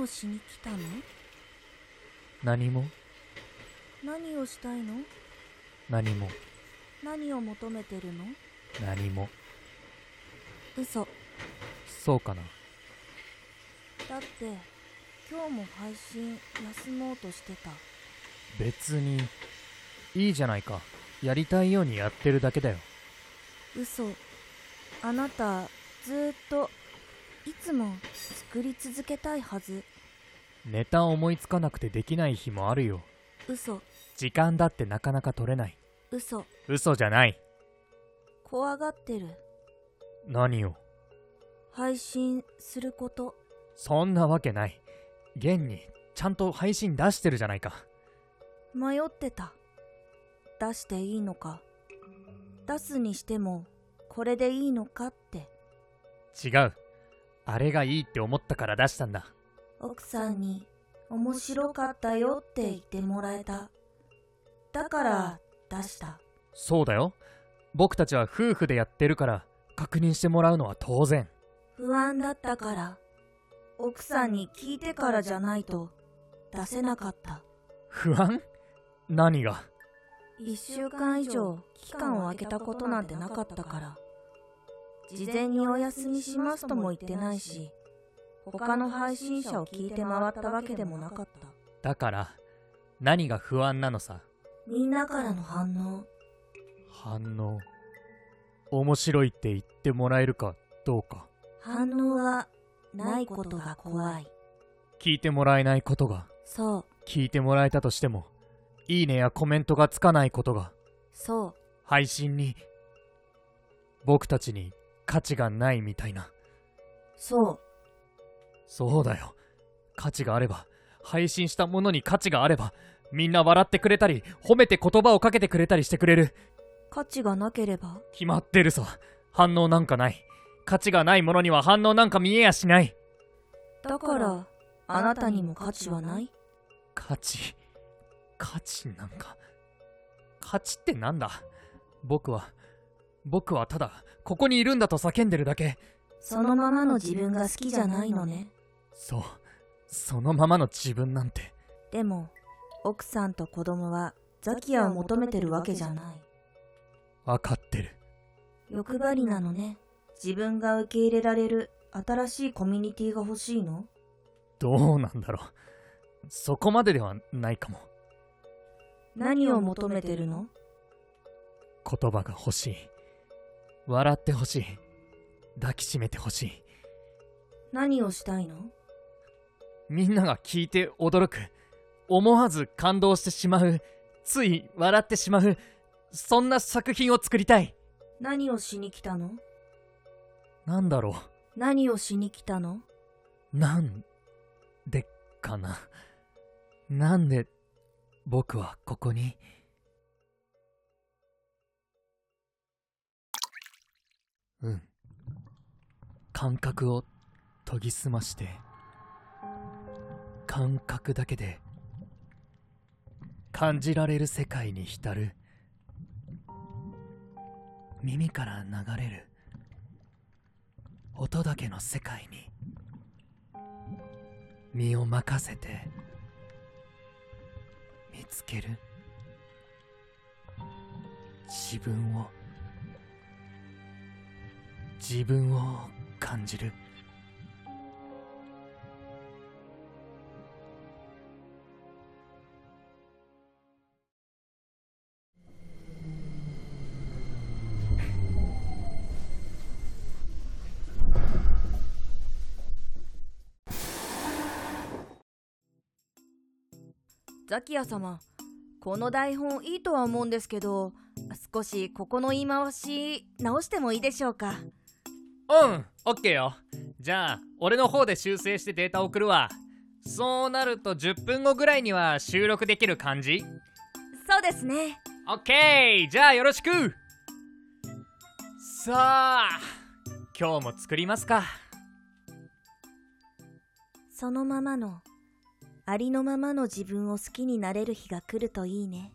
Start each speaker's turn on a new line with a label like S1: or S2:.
S1: をしに来たの
S2: 何も
S1: 何をしたいの
S2: 何も
S1: 何を求めてるの
S2: 何も
S1: 嘘
S2: そうかな
S1: だって今日も配信休もうとしてた
S2: 別にいいじゃないかやりたいようにやってるだけだよ
S1: 嘘あなたずーっといつも作り続けたいはず
S2: ネタ思いつかなくてできない日もあるよ
S1: 嘘
S2: 時間だってなかなか取れない
S1: 嘘
S2: 嘘じゃない
S1: 怖がってる
S2: 何を
S1: 配信すること
S2: そんなわけない現にちゃんと配信出してるじゃないか
S1: 迷ってた出していいのか出すにしてもこれでいいのかって
S2: 違うあれがいいって思ったから出したんだ
S1: 奥さんに面白かったよって言ってもらえただから出した
S2: そうだよ僕たちは夫婦でやってるから確認してもらうのは当然
S1: 不安だったから奥さんに聞いてからじゃないと出せなかった
S2: 不安何が
S1: 1週間以上期間を空けたことなんてなかったから事前にお休みしますとも言ってないし他の配信者を聞いて回ったわけでもなかった
S2: だから何が不安なのさ
S1: みんなからの反応
S2: 反応面白いって言ってもらえるかどうか
S1: 反応がないことが怖い
S2: 聞いてもらえないことが
S1: そう
S2: 聞いてもらえたとしてもいいねやコメントがつかないことが
S1: そう
S2: 配信に僕たちに価値がないみたいな
S1: そう
S2: そうだよ価値があれば配信したものに価値があればみんな笑ってくれたり褒めて言葉をかけてくれたりしてくれる
S1: 価値がなければ
S2: 決まってるさ反応なんかない価値がないものには反応なんか見えやしない
S1: だからあなたにも価値はない
S2: 価値価値なんか価値ってなんだ僕は僕はただここにいるんだと叫んでるだけ
S1: そのままの自分が好きじゃないのね
S2: そうそのままの自分なんて
S1: でも奥さんと子供はザキヤを求めてるわけじゃない
S2: 分かってる
S1: 欲張りなのね自分が受け入れられる新しいコミュニティが欲しいの
S2: どうなんだろうそこまでではないかも
S1: 何を求めてるの
S2: 言葉が欲しい笑って欲しい抱きしめて欲しい
S1: 何をしたいの
S2: みんなが聞いて驚く思わず感動してしまうつい笑ってしまうそんな作品を作りたい
S1: 何をしに来たの
S2: なんだろ
S1: 何をしに来たの
S2: うなんでかななんで僕はここにうん感覚を研ぎ澄まして感覚だけで感じられる世界に浸る耳から流れる音だけの世界に身を任せて見つける自分を自分を感じる
S1: ザキヤ様この台本いいとは思うんですけど少しここの言い回し直してもいいでしょうか
S2: うんオッケーよじゃあ俺の方で修正してデータ送るわそうなると10分後ぐらいには収録できる感じ
S1: そうですね
S2: オッケーじゃあよろしくさあ今日も作りますか
S1: そのままのありのままの自分を好きになれる日が来るといいね